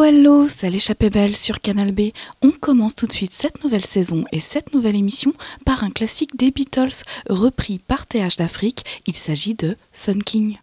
Marcel échappait belle sur Canal B. On commence tout de suite cette nouvelle saison et cette nouvelle émission par un classique des Beatles repris par TH d'Afrique. Il s'agit de Sun King.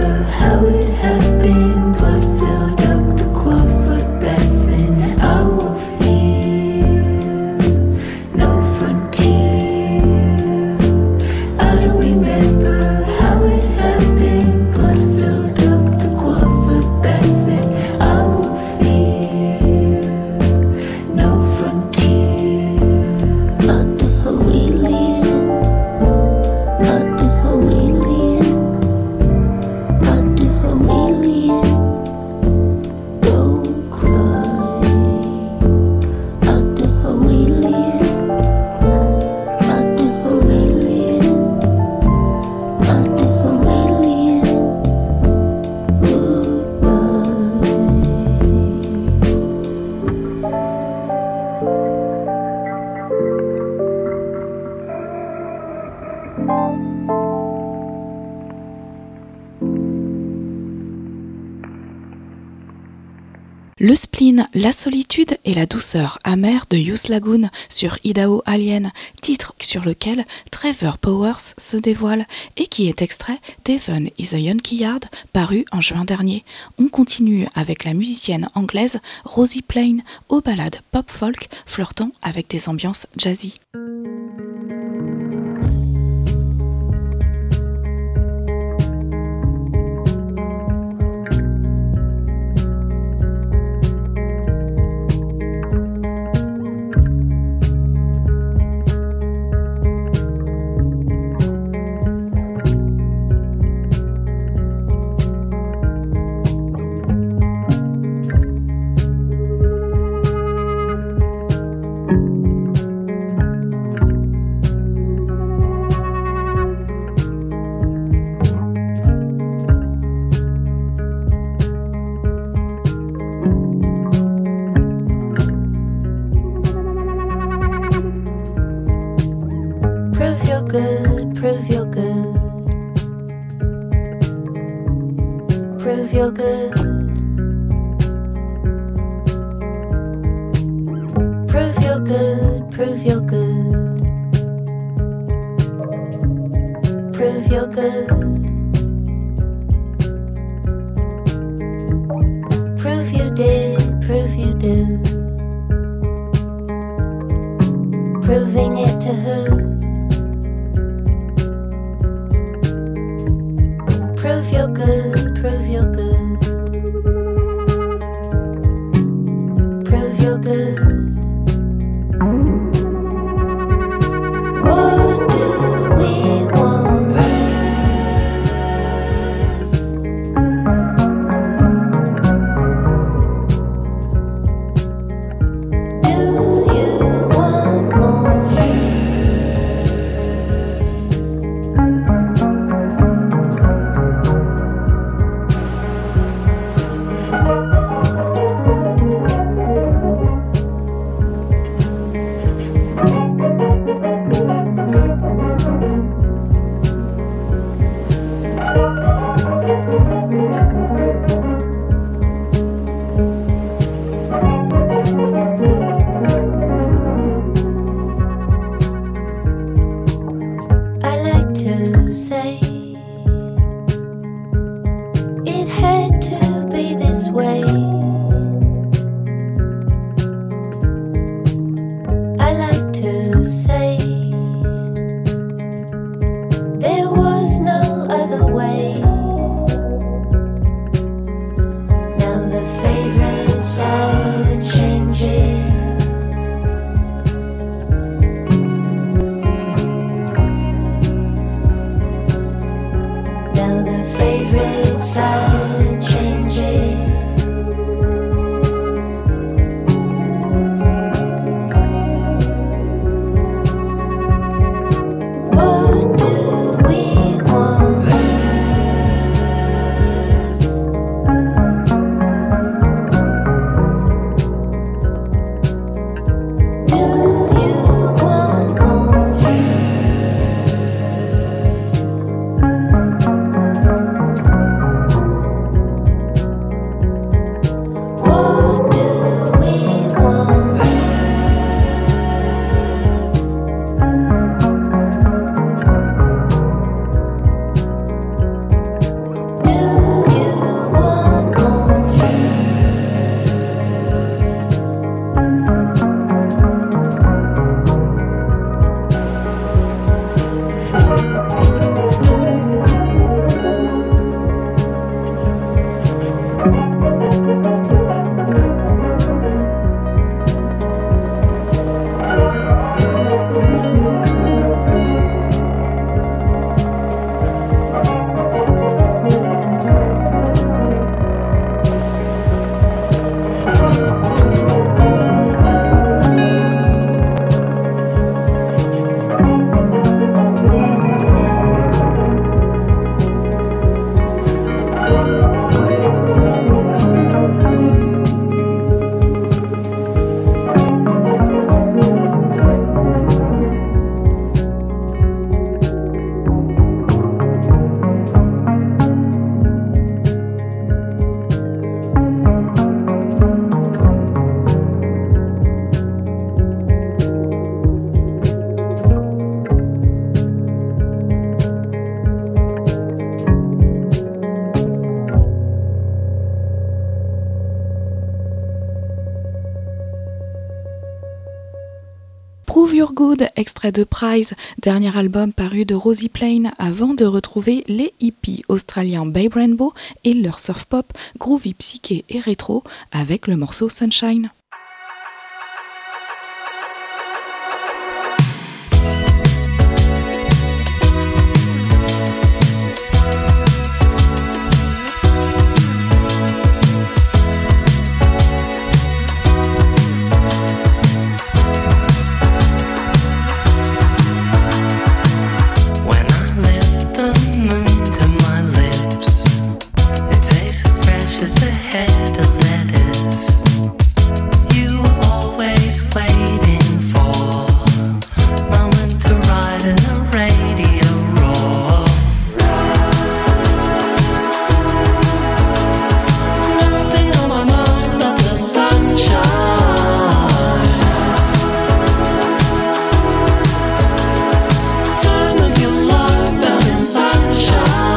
remember Le spleen, la solitude et la douceur amère de Youth Lagoon sur Idaho Alien, titre sur lequel Trevor Powers se dévoile et qui est extrait d'Heaven is a Yankee Yard paru en juin dernier. On continue avec la musicienne anglaise Rosie Plain aux ballades pop-folk flirtant avec des ambiances jazzy. Prove you're good, prove you're good. Prove you're good. Prove you're good, prove you're good. Prove you're good. Prove you did, prove you do. Proving it to who? Prove you're good, prove you're good. Prove you're good. What do we want? Do you want more? Prove Prove Your Good, extrait de Prize, dernier album paru de Rosie Plain avant de retrouver les hippies australiens Babe Rainbow et leur surf pop groovy psyché et rétro avec le morceau Sunshine. When I lift the moon to my lips, it tastes fresh as a head of lettuce. You were always waiting for moment to ride in a radio roar. Nothing on my mind but the sunshine. Time of your life down in sunshine.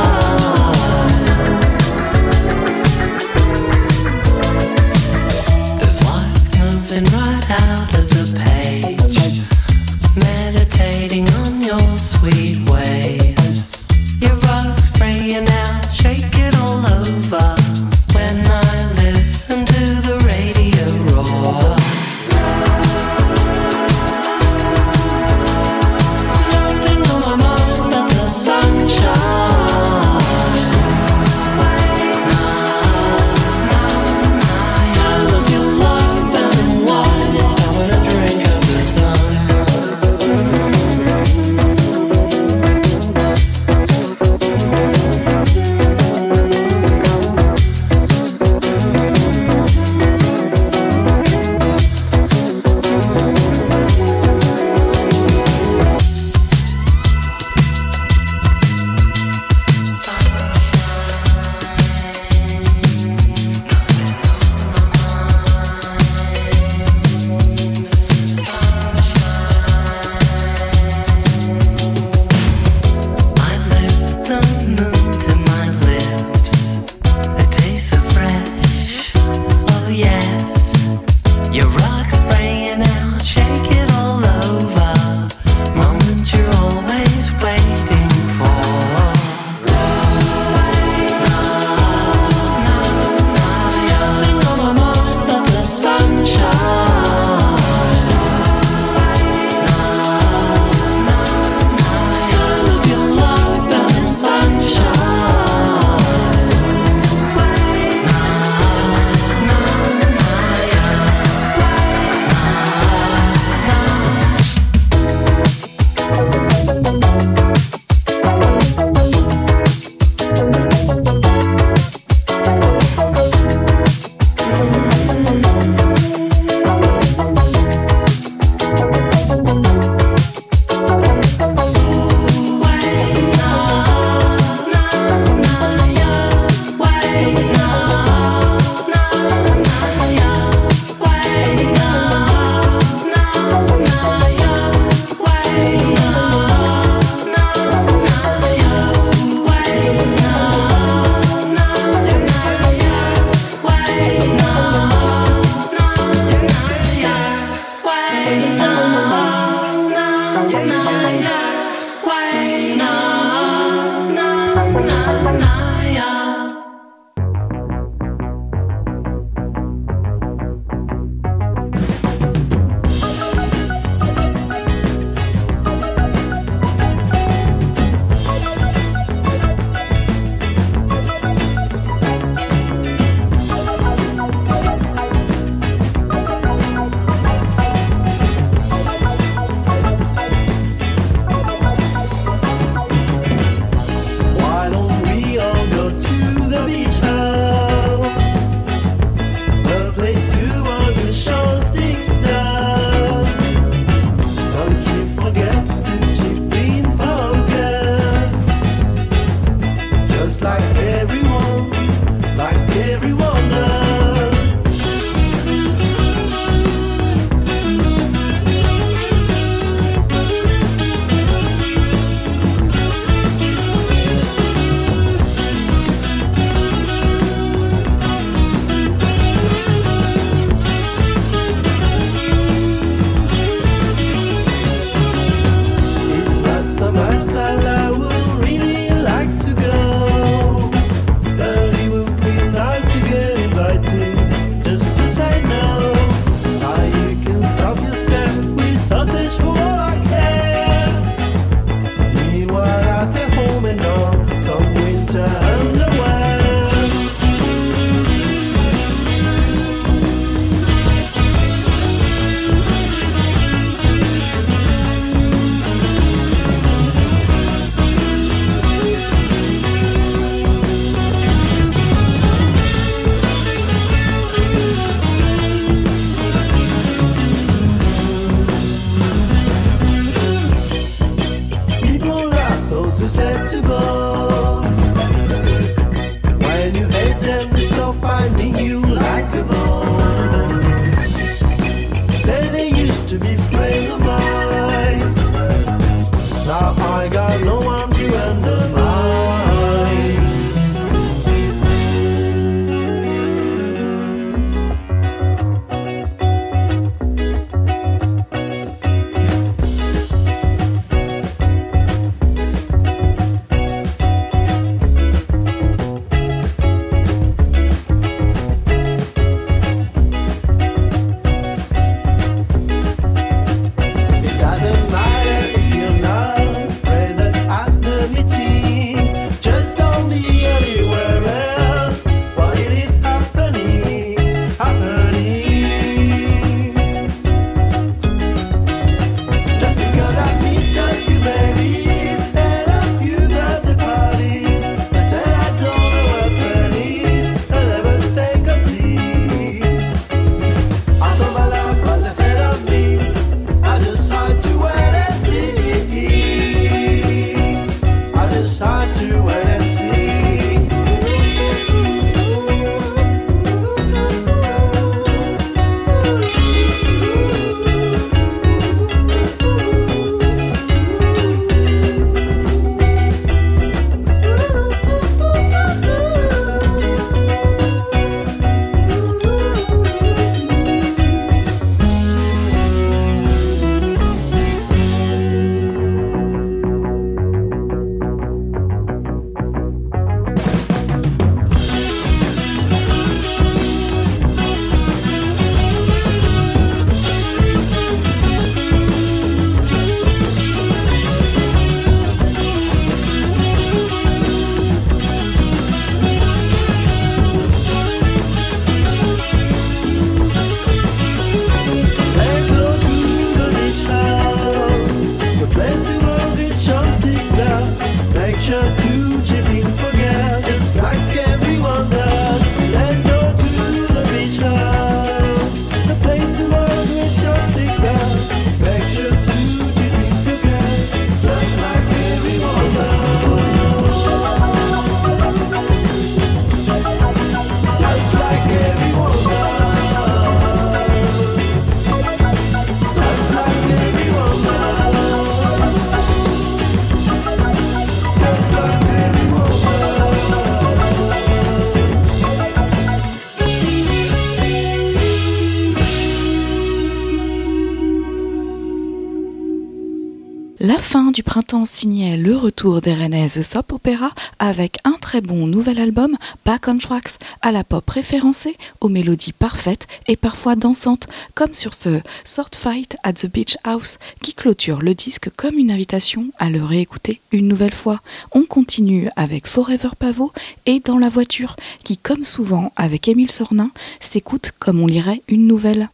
fin du printemps signait le retour des Rennaises Soap Opera avec un très bon nouvel album, Back on Tracks, à la pop référencée, aux mélodies parfaites et parfois dansantes, comme sur ce Sword Fight at the Beach House qui clôture le disque comme une invitation à le réécouter une nouvelle fois. On continue avec Forever Pavot et Dans la voiture, qui, comme souvent avec Émile Sornin, s'écoute comme on lirait une nouvelle.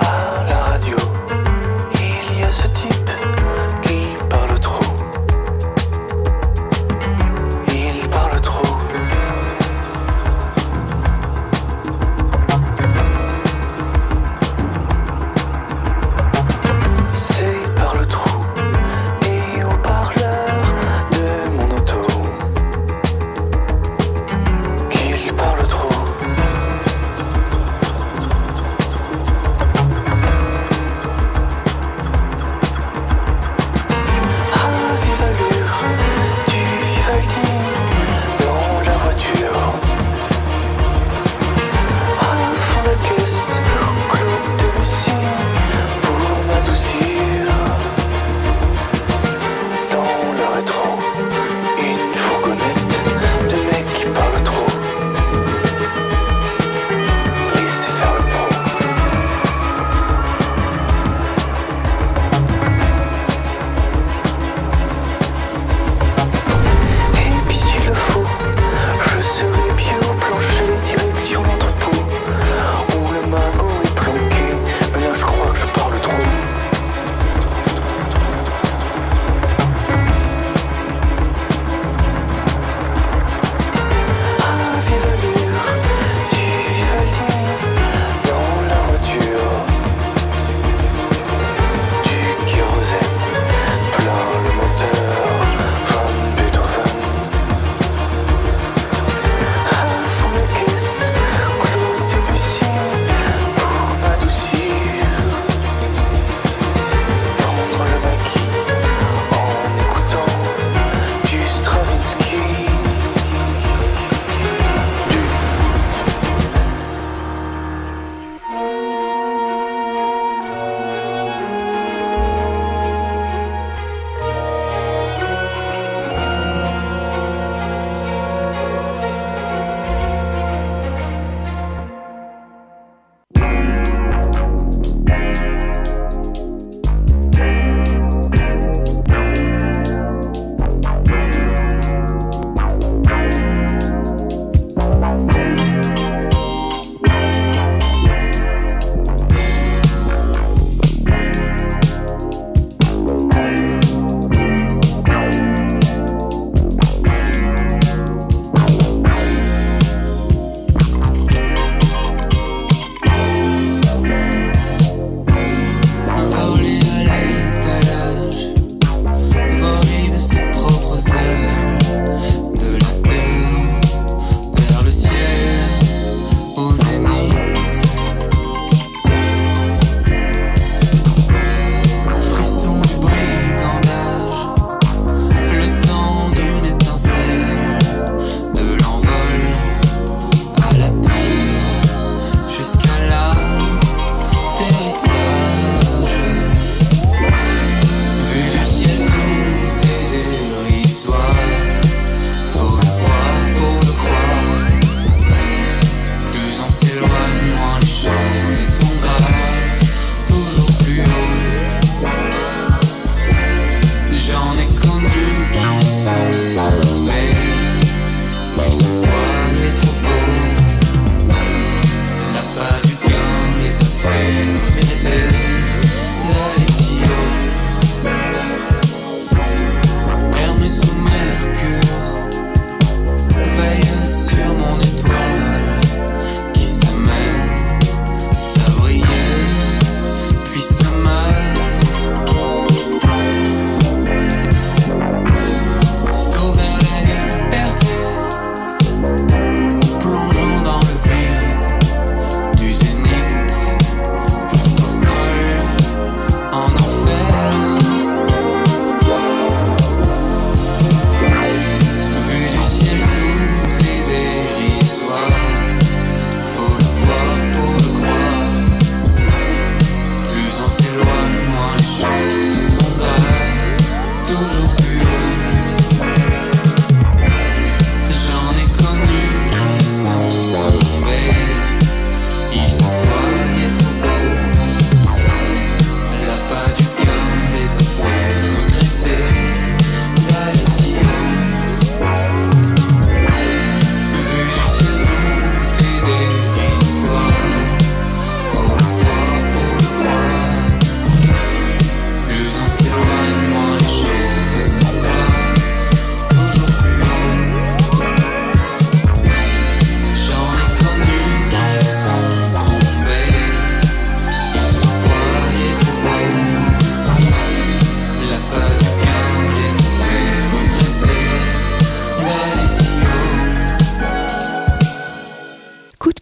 À la radio, il y a ce type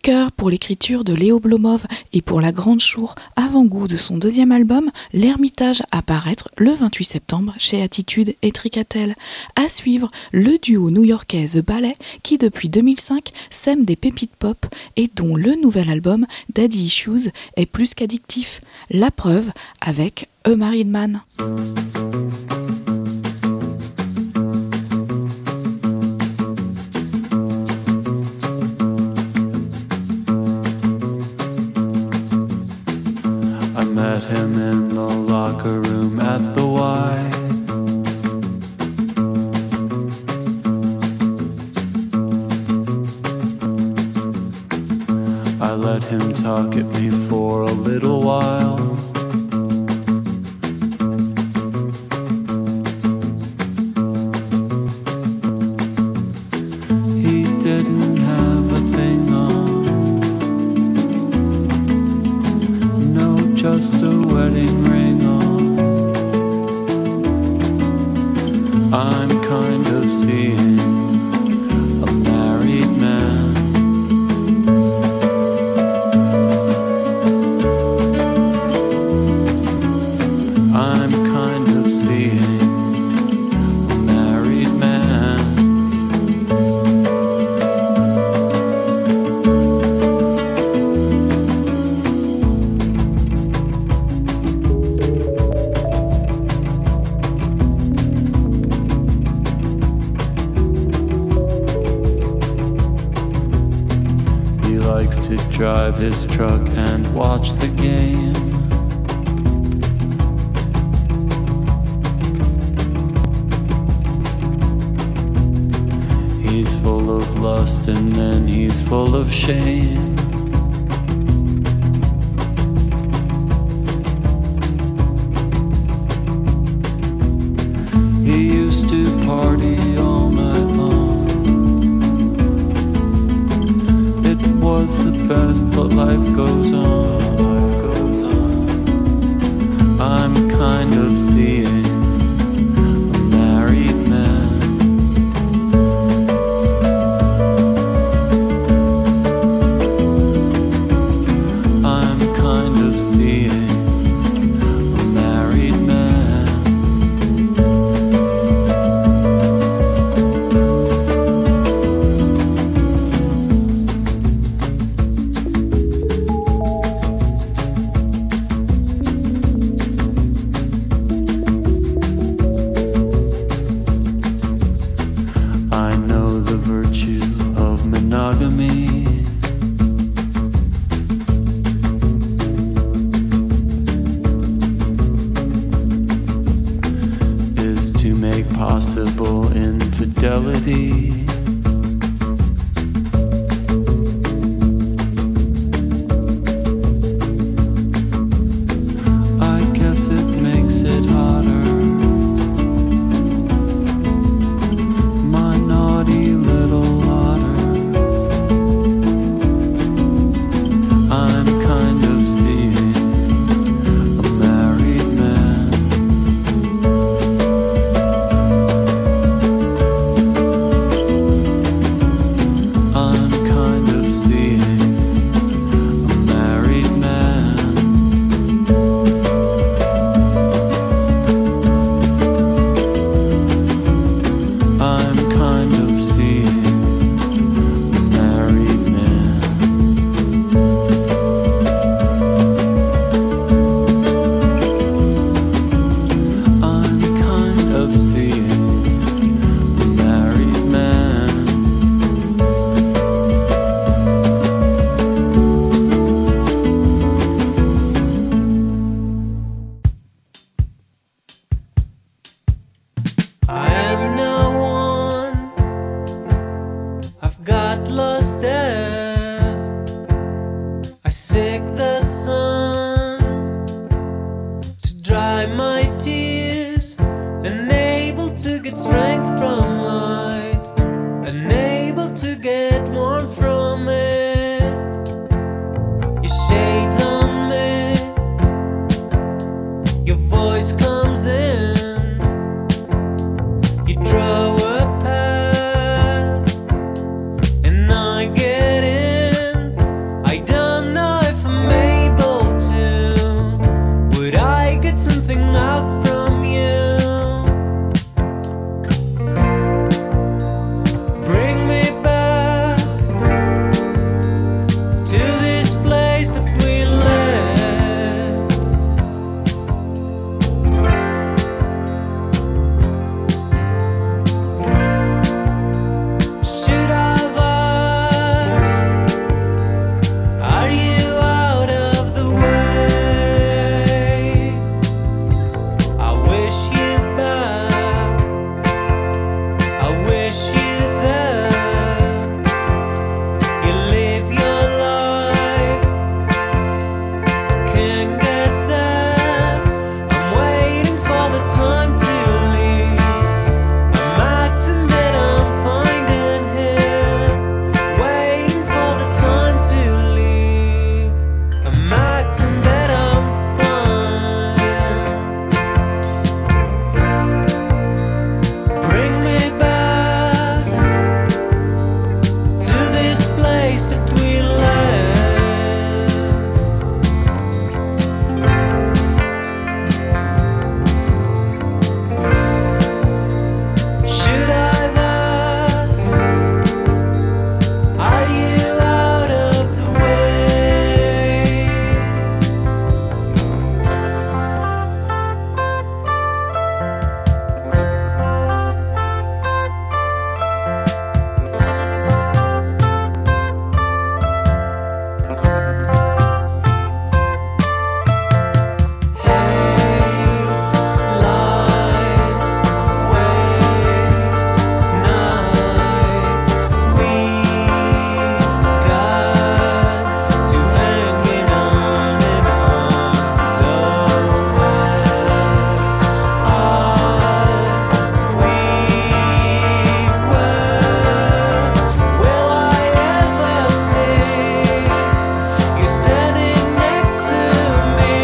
cœur pour l'écriture de Léo Blomov et pour la Grande Chour, avant-goût de son deuxième album, L'Ermitage à paraître le 28 septembre chez Attitude et Tricatel. À suivre, le duo new-yorkais The Ballet, qui depuis 2005 sème des pépites pop et dont le nouvel album, Daddy Issues, est plus qu'addictif. La preuve avec A Married Man. I met him in the locker room at the Y. I let him talk at me for a little while. He didn't have a thing on. No, just a wedding ring on. I'm kind of seeing a married man. I'm kind of seeing a married man. He likes to drive his truck and watch the game. He's full of lust and then he's full of shame. He used to party all night long. It was the best, but life goes on. Life goes on. I'm kind of seeing a married man. I'm kind of seeing a married man. I know the virtue of monogamy. Is to make possible infidelity. I guess it makes it hotter. My naughty little otter. I'm kind of seeing a married man. I'm kind of seeing a married man. I'm kind of seeing a married man. I'm kind of seeing a married man. I am now one. I've got lost there. I seek the sun to dry my tears. Unable to get strength from light. Unable to get warmth from it. Your shades on me. Your voice comes in. You draw a path, and I get in. out from you. Bring me back to this place that we left. Should I've asked? Are you out of the way? I wish you back. I wish you there. You live your life. I can't get there. I'm waiting for the time to leave. I'm acting that I'm finding here, waiting for the time to leave. I'm acting that I'm fine. Bring me back to this place that we left. Should I've asked? Are you out of the way? You're standing next to me.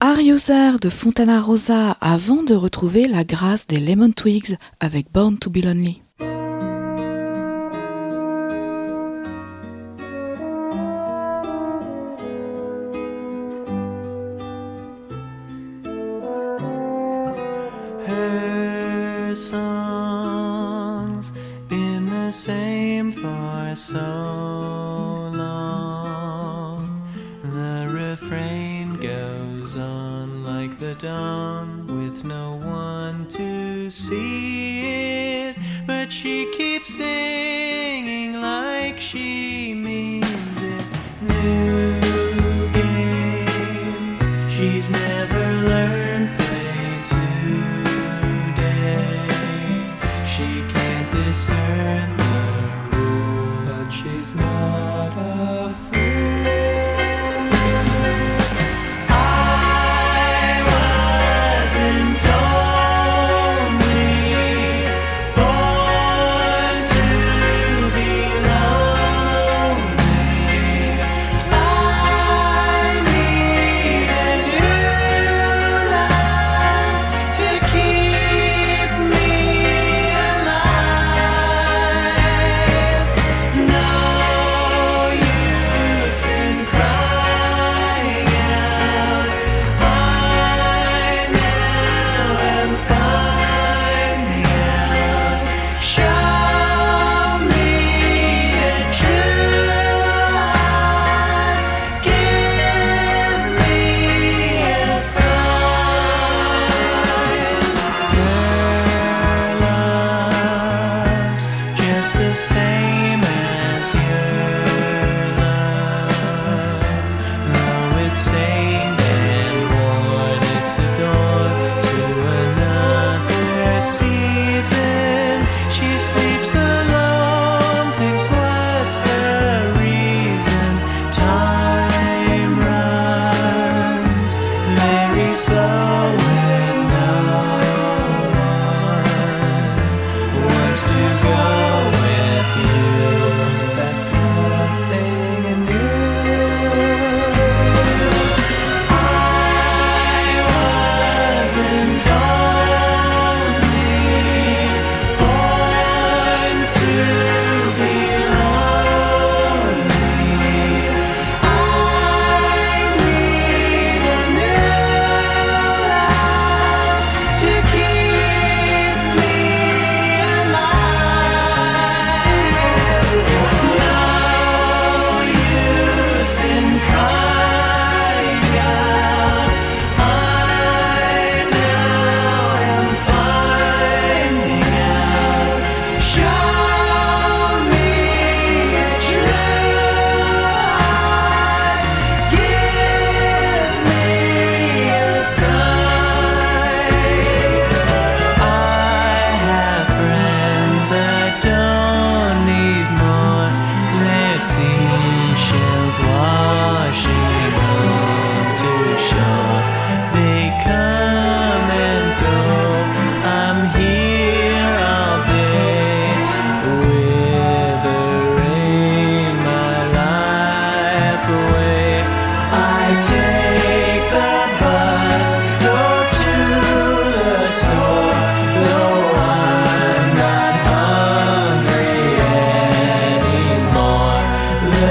Ariuser de Fontana Rosa avant de retrouver la grâce des Lemon Twigs avec Born to Be Lonely. Her song's been the same for so long. The refrain goes on like the dawn with no one to see it. But she keeps singing like she means it. New games she's never learned play today. She can't discern the rule, but she's not afraid. I wasn't only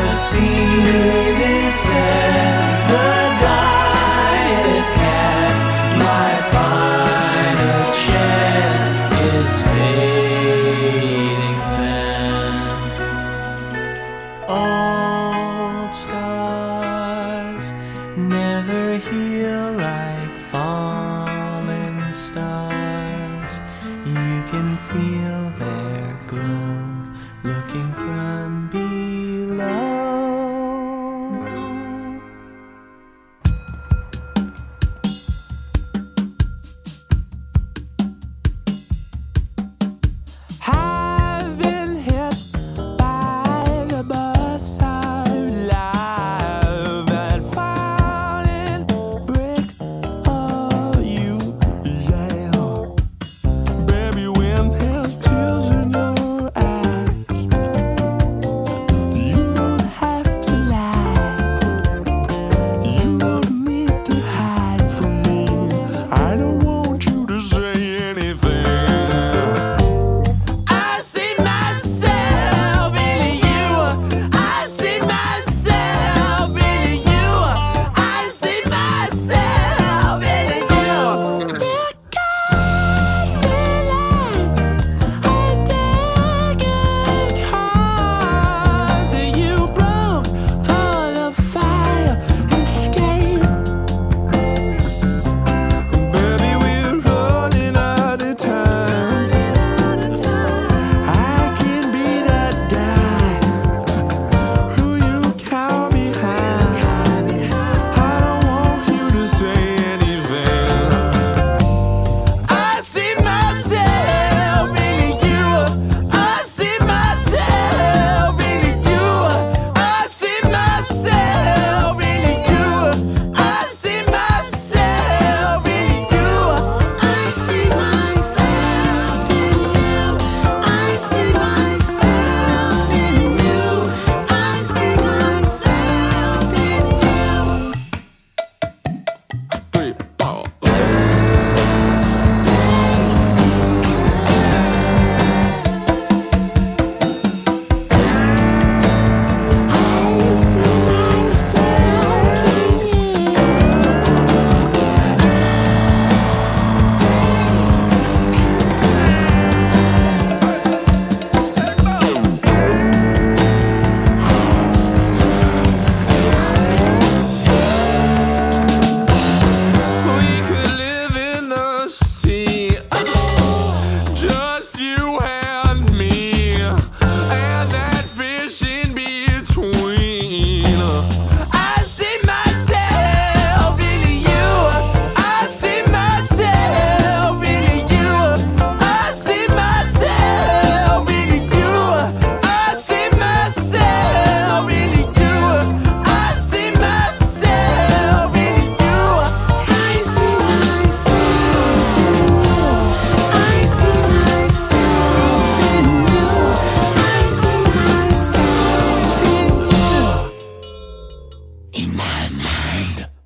seen it is said, the die is cast. My final chance is fading fast. Old scars never heal like falling stars. You can feel their glow looking from below. I've been hit by the bus of love and fallen brick of you jail. Baby, when there's tears in your eyes, you don't have to lie. You don't need to hide from me. I don't want you to say anything. I see myself in you. I see myself in you. I see myself in you. It can't be like I'm taking cards. You broke through the fire escape. Baby, we're running out of time. I can be that guy who you cow behind. I don't want you to say anything. I see myself in you. I see myself in you. I see myself in you. I see myself in you. I see myself in you. I see myself in you. I see myself in you. Three, four. I see myself in you. We could live in the sea, just you and me, and that fish in between. I see myself in you. I see myself in you. I see myself in you. I see myself in you. I see myself in you. I see myself in you. I see myself in you. I see myself in you.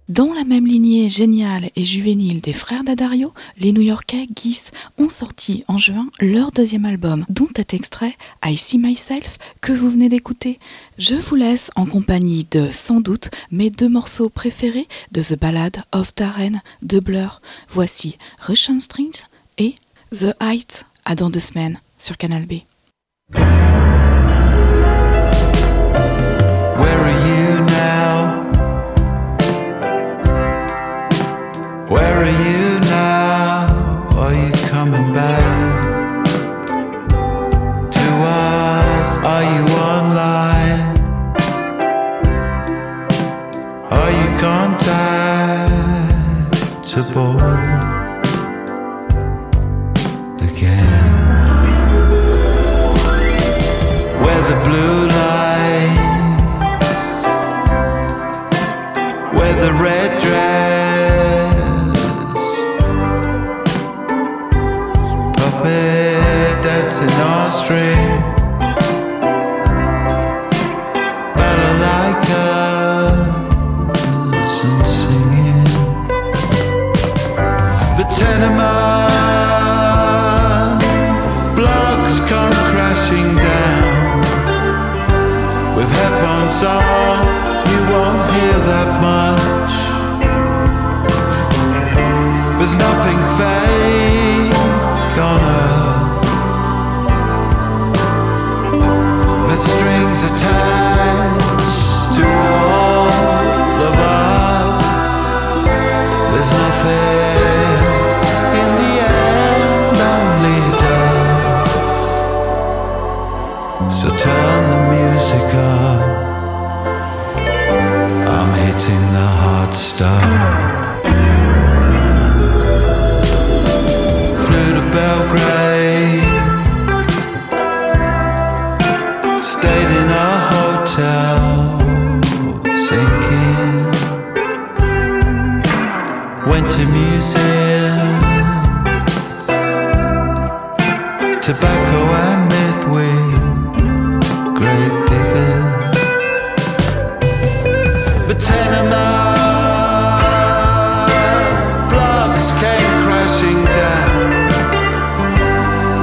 Dans la même lignée géniale et juvénile des frères Daddario, les New-Yorkais Geese ont sorti en juin leur deuxième album, dont est extrait I See Myself que vous venez d'écouter. Je vous laisse en compagnie de, sans doute, mes deux morceaux préférés de The Ballad of Darren de Blur. Voici Russian Strings et The Heights à dans deux semaines sur Canal B. Where are you now? Where are you now? Are you coming back to us? Are you online? Are you contactable again? Where the blue light where the red dress puppet dancing on string balalaikas and singing the tenement blocks come crashing down with headphones on don't hear that much. There's nothing fake on earth. The strings attached to all of us. There's nothing in the end, only dust. So turn the music up. I'm hitting the hard stop. Flew to Belgrade. Stayed in a hotel. Sinking. Went to museum. Tobacco and midway. Grape digger. The tenement blocks came crashing down.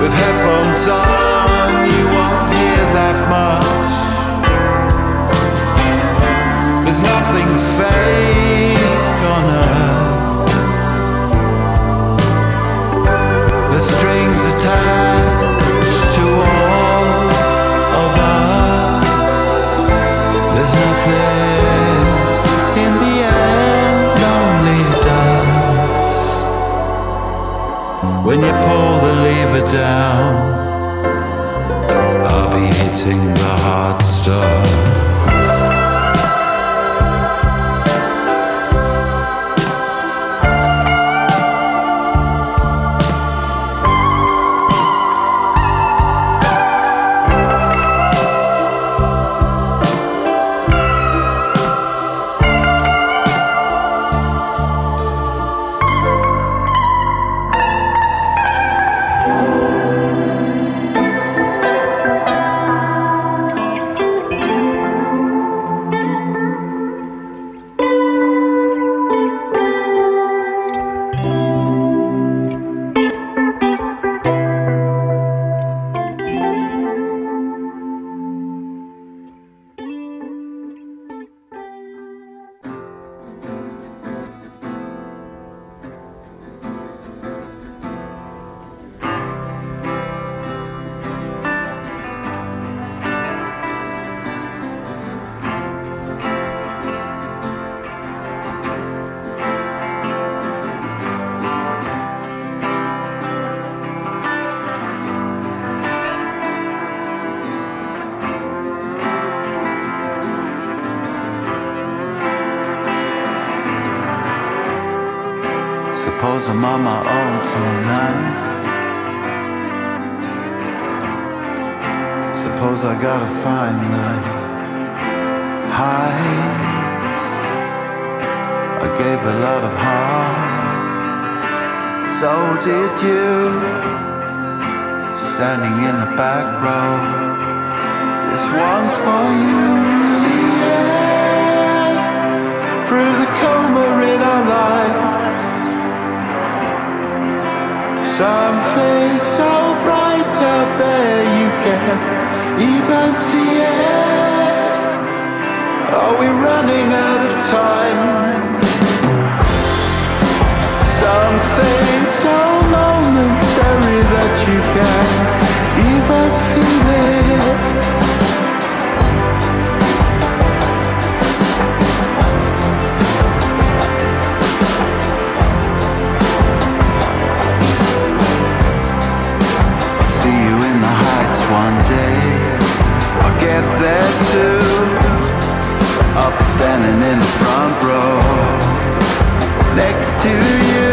With headphones on, you won't hear that much. There's nothing fake on earth. The strings attached to all of us. There's nothing in the end, only dust. When you pull the lever down, I'll be hitting the hard stuff. Suppose I'm on my own tonight. Suppose I gotta find the highs. I gave a lot of heart. So did you. Standing in the back row. This one's for you. See it. Prove the coma in our life. Something so bright out there you can't even see it. Are we running out of time? Something so momentary that you can't even feel it. See you in the heights one day. I'll get there too. I'll be standing in the front row next to you.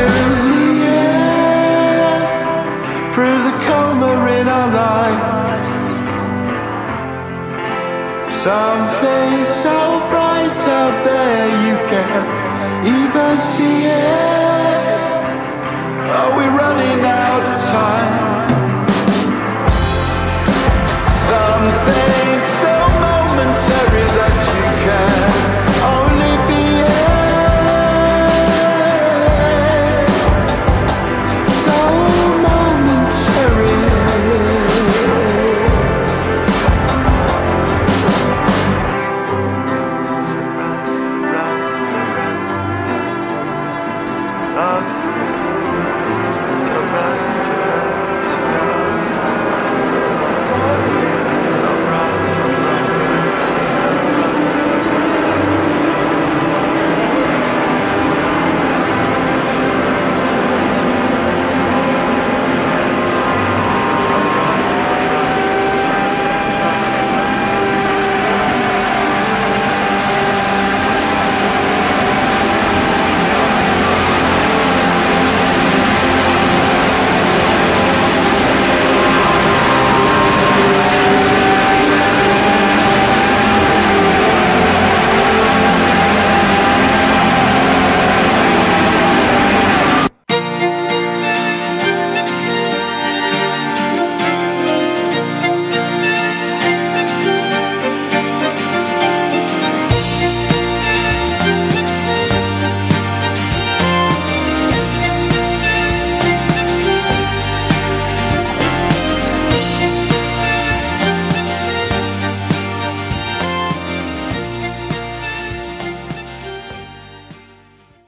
See it. Prove the coma in our lives. Something